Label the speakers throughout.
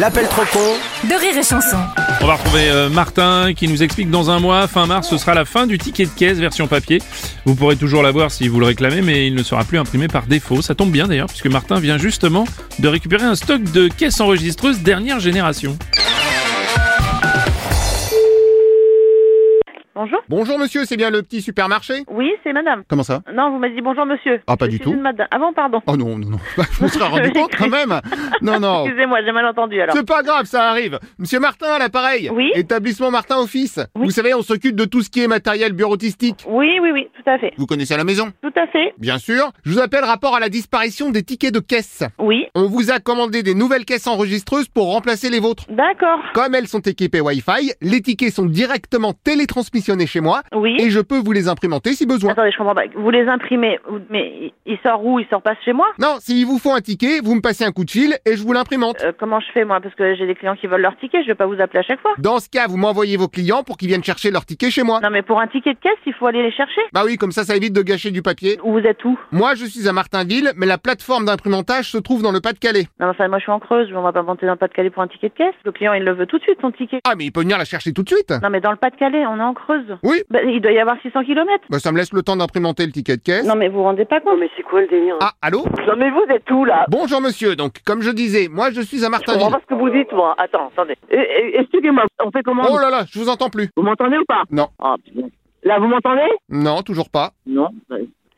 Speaker 1: L'appel trop con
Speaker 2: de rire et chanson.
Speaker 3: On va retrouver euh, Martin qui nous explique dans un mois, fin mars, ce sera la fin du ticket de caisse version papier. Vous pourrez toujours l'avoir si vous le réclamez, mais il ne sera plus imprimé par défaut. Ça tombe bien d'ailleurs, puisque Martin vient justement de récupérer un stock de caisses enregistreuses dernière génération.
Speaker 4: Bonjour.
Speaker 5: Bonjour monsieur, c'est bien le petit supermarché
Speaker 4: Oui, c'est madame.
Speaker 5: Comment ça
Speaker 4: Non, vous m'avez dit bonjour monsieur.
Speaker 5: Ah, pas
Speaker 4: Je
Speaker 5: du
Speaker 4: suis
Speaker 5: tout.
Speaker 4: Une madame. Ah bon, pardon.
Speaker 5: Oh non, non, non, on sera rendu compte quand même Non, non,
Speaker 4: Excusez-moi, j'ai mal entendu alors.
Speaker 5: Oh. c'est pas grave, ça arrive Monsieur Martin à l'appareil
Speaker 4: Oui
Speaker 5: Établissement Martin Office
Speaker 4: Oui.
Speaker 5: Vous savez, on s'occupe de tout ce qui est matériel bureautistique.
Speaker 4: Oui, oui, oui, tout à fait.
Speaker 5: Vous connaissez la maison
Speaker 4: Tout à fait.
Speaker 5: Bien sûr Je vous appelle rapport à la disparition des tickets de caisse.
Speaker 4: Oui.
Speaker 5: On vous a commandé des nouvelles caisses enregistreuses pour remplacer les vôtres.
Speaker 4: D'accord.
Speaker 5: Comme elles sont équipées Wi-Fi, les tickets sont directement télétransmissionnés chez moi
Speaker 4: Oui.
Speaker 5: et je peux vous les imprimer si besoin.
Speaker 4: Attendez, je comprends pas. Vous les imprimez, vous- mais il sort où Il sort pas chez moi
Speaker 5: Non, s'il vous faut un ticket, vous me passez un coup de fil et je vous l'imprimente.
Speaker 4: Euh, Comment je fais moi Parce que j'ai des clients qui veulent leur ticket, je vais pas vous appeler à chaque fois.
Speaker 5: Dans ce cas, vous m'envoyez vos clients pour qu'ils viennent chercher leur ticket chez moi.
Speaker 4: Non, mais pour un ticket de caisse, il faut aller les chercher.
Speaker 5: Bah oui, comme ça, ça évite de gâcher du papier.
Speaker 4: Où vous êtes où
Speaker 5: Moi, je suis à Martinville, mais la plateforme d'imprimantage se trouve dans le Pas-de-Calais.
Speaker 4: Non, mais enfin, moi je suis en Creuse, on va pas monter dans le Pas-de-Calais pour un ticket de caisse. Le client, il le veut tout de suite, son ticket.
Speaker 5: Ah, mais il peut venir la chercher tout de suite.
Speaker 4: Non, mais dans le Pas-de-Calais, on est en Creuse.
Speaker 5: Oui.
Speaker 4: Bah, il doit y avoir 600 kilomètres.
Speaker 5: Bah, ça me laisse le temps d'imprimenter le ticket de caisse.
Speaker 4: Non, mais vous vous rendez pas compte
Speaker 6: Non mais c'est quoi le délire
Speaker 5: Ah, allô
Speaker 6: Non mais vous êtes où là
Speaker 5: Bonjour monsieur, donc, comme je disais, moi, je suis à
Speaker 6: Je comprends
Speaker 5: Martinville.
Speaker 6: pas ce que vous dites moi. Attends, attendez. Eh, eh, Expliquez-moi, on fait comment
Speaker 5: Oh là là, je vous entends plus.
Speaker 6: Vous m'entendez ou pas
Speaker 5: Non.
Speaker 6: Ah, putain. là vous m'entendez
Speaker 5: Non, toujours pas.
Speaker 6: Non.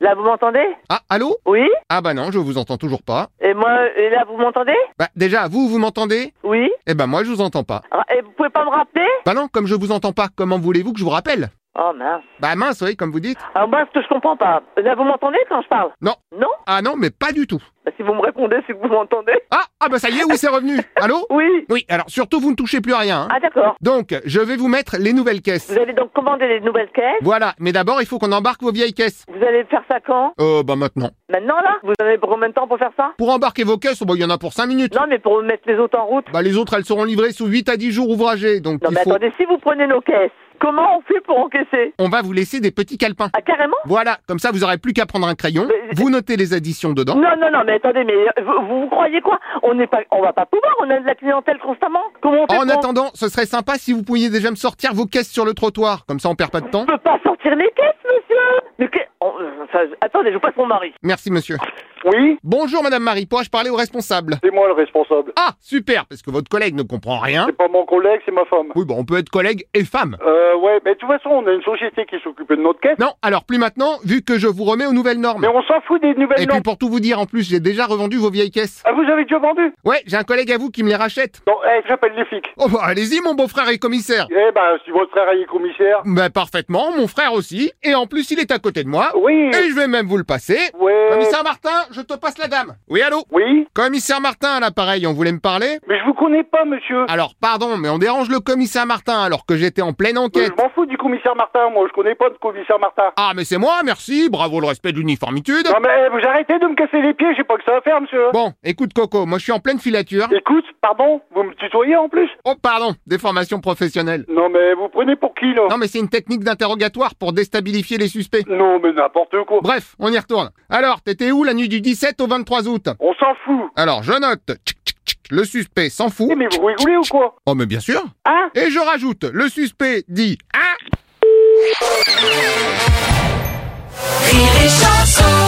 Speaker 6: Là vous m'entendez
Speaker 5: Ah, allô
Speaker 6: Oui
Speaker 5: Ah bah non, je vous entends toujours pas.
Speaker 6: Et moi, et là vous m'entendez
Speaker 5: Bah déjà, vous, vous m'entendez
Speaker 6: Oui
Speaker 5: Eh bah moi, je vous entends pas.
Speaker 6: Ah, Et vous pouvez pas me rappeler
Speaker 5: Bah non, comme je vous entends pas, comment voulez-vous que je vous rappelle
Speaker 6: Oh mince.
Speaker 5: Bah mince, oui, comme vous dites.
Speaker 6: Alors moi ce que je comprends pas, là vous m'entendez quand je parle
Speaker 5: Non.
Speaker 6: Non
Speaker 5: Ah non, mais pas du tout.
Speaker 6: Bah, Si vous me répondez c'est que vous m'entendez
Speaker 5: Ah, ah bah ça y est, oui, c'est revenu. Allô
Speaker 6: Oui
Speaker 5: Oui, alors surtout, vous ne touchez plus à rien. hein.
Speaker 6: Ah d'accord.
Speaker 5: Donc, je vais vous mettre les nouvelles caisses.
Speaker 6: Vous allez donc commander les nouvelles caisses
Speaker 5: Voilà, mais d'abord, il faut qu'on embarque vos vieilles caisses.
Speaker 6: Vous allez faire ça quand
Speaker 5: Euh, bah maintenant.
Speaker 6: Maintenant là Vous avez pour combien de temps pour faire ça
Speaker 5: Pour embarquer vos caisses, bah, il y en a pour 5 minutes.
Speaker 6: Non mais pour mettre les autres en route
Speaker 5: Bah les autres, elles seront livrées sous 8 à 10 jours ouvragés, donc
Speaker 6: Non
Speaker 5: il
Speaker 6: mais
Speaker 5: faut...
Speaker 6: attendez, si vous prenez nos caisses, comment on fait pour encaisser
Speaker 5: On va vous laisser des petits calepins.
Speaker 6: Ah carrément
Speaker 5: Voilà, comme ça, vous aurez plus qu'à prendre un crayon,
Speaker 6: Mais-
Speaker 5: vous notez les additions dedans.
Speaker 6: Non non non mais attendez mais euh, vous, vous, vous croyez quoi On n'est pas on va pas pouvoir, on a de la clientèle constamment. Comment on fait
Speaker 5: En
Speaker 6: pour-
Speaker 5: attendant, ce serait sympa si vous pouviez déjà me sortir vos caisses sur le trottoir, comme ça on perd pas de temps.
Speaker 6: Je peux pas sortir mes caisses monsieur. Mais que... on- enfin, je- attendez, je vous passe mon mari.
Speaker 5: Merci monsieur.
Speaker 7: Oui,
Speaker 5: Bonjour madame Marie, pourrais-je parler au responsable
Speaker 7: c'est moi le responsable.
Speaker 5: Ah, super, parce que votre collègue ne comprend rien.
Speaker 7: C'est pas mon collègue, c'est ma femme.
Speaker 5: Oui, bon, on peut être collègue et femme.
Speaker 7: Euh, ouais, mais de toute façon, on a une société qui s'occupait de notre caisse.
Speaker 5: Non, alors plus maintenant, vu que je vous remets aux nouvelles normes.
Speaker 7: Mais on s'en fout des nouvelles
Speaker 5: Et
Speaker 7: normes.
Speaker 5: puis pour tout vous dire, en plus, j'ai déjà revendu vos vieilles caisses.
Speaker 7: Ah, vous avez déjà vendu
Speaker 5: Ouais, j'ai un collègue à vous qui me les rachète.
Speaker 7: Non, eh, j'appelle les flics.
Speaker 5: Oh bah allez-y, mon beau-frère est commissaire.
Speaker 7: Eh ben, si votre frère est commissaire.
Speaker 5: Bah parfaitement, mon frère aussi. Et en plus, il est à côté de moi.
Speaker 7: Oui,
Speaker 5: Et je vais même vous le passer.
Speaker 7: ouais.
Speaker 5: Commissaire Martin, je te passe la dame. Oui, allô
Speaker 7: Oui,
Speaker 5: Commissaire Martin, à l'appareil, on voulait me parler
Speaker 7: mais je vous connais pas, monsieur.
Speaker 5: Alors, pardon, mais on dérange le commissaire Martin alors que j'étais en pleine
Speaker 7: Euh,
Speaker 5: enquête.
Speaker 7: Je m'en fous du commissaire Martin, moi, je connais pas de commissaire Martin.
Speaker 5: Ah, mais c'est moi, merci, bravo le respect de l'uniformitude.
Speaker 7: Non, mais eh, vous arrêtez de me casser les pieds, j'ai pas que ça à faire, monsieur.
Speaker 5: Bon, écoute Coco, moi je suis en pleine filature.
Speaker 7: Écoute, pardon, vous me tutoyez en plus
Speaker 5: Oh pardon, des formations professionnelles.
Speaker 7: Non, mais vous prenez pour qui, là
Speaker 5: Non mais c'est une technique d'interrogatoire pour déstabiliser les suspects.
Speaker 7: Non, mais n'importe quoi.
Speaker 5: Bref, on y retourne. Alors, t'étais où la nuit du 17 au 23 août
Speaker 7: On s'en fout.
Speaker 5: Alors, je note, tchic, tchic, tchic, le suspect s'en fout.
Speaker 7: Eh, Mais vous rigolez ou quoi
Speaker 5: Oh mais bien sûr.
Speaker 7: Hein
Speaker 5: Et je rajoute, le suspect dit ah
Speaker 2: Rire et chanson.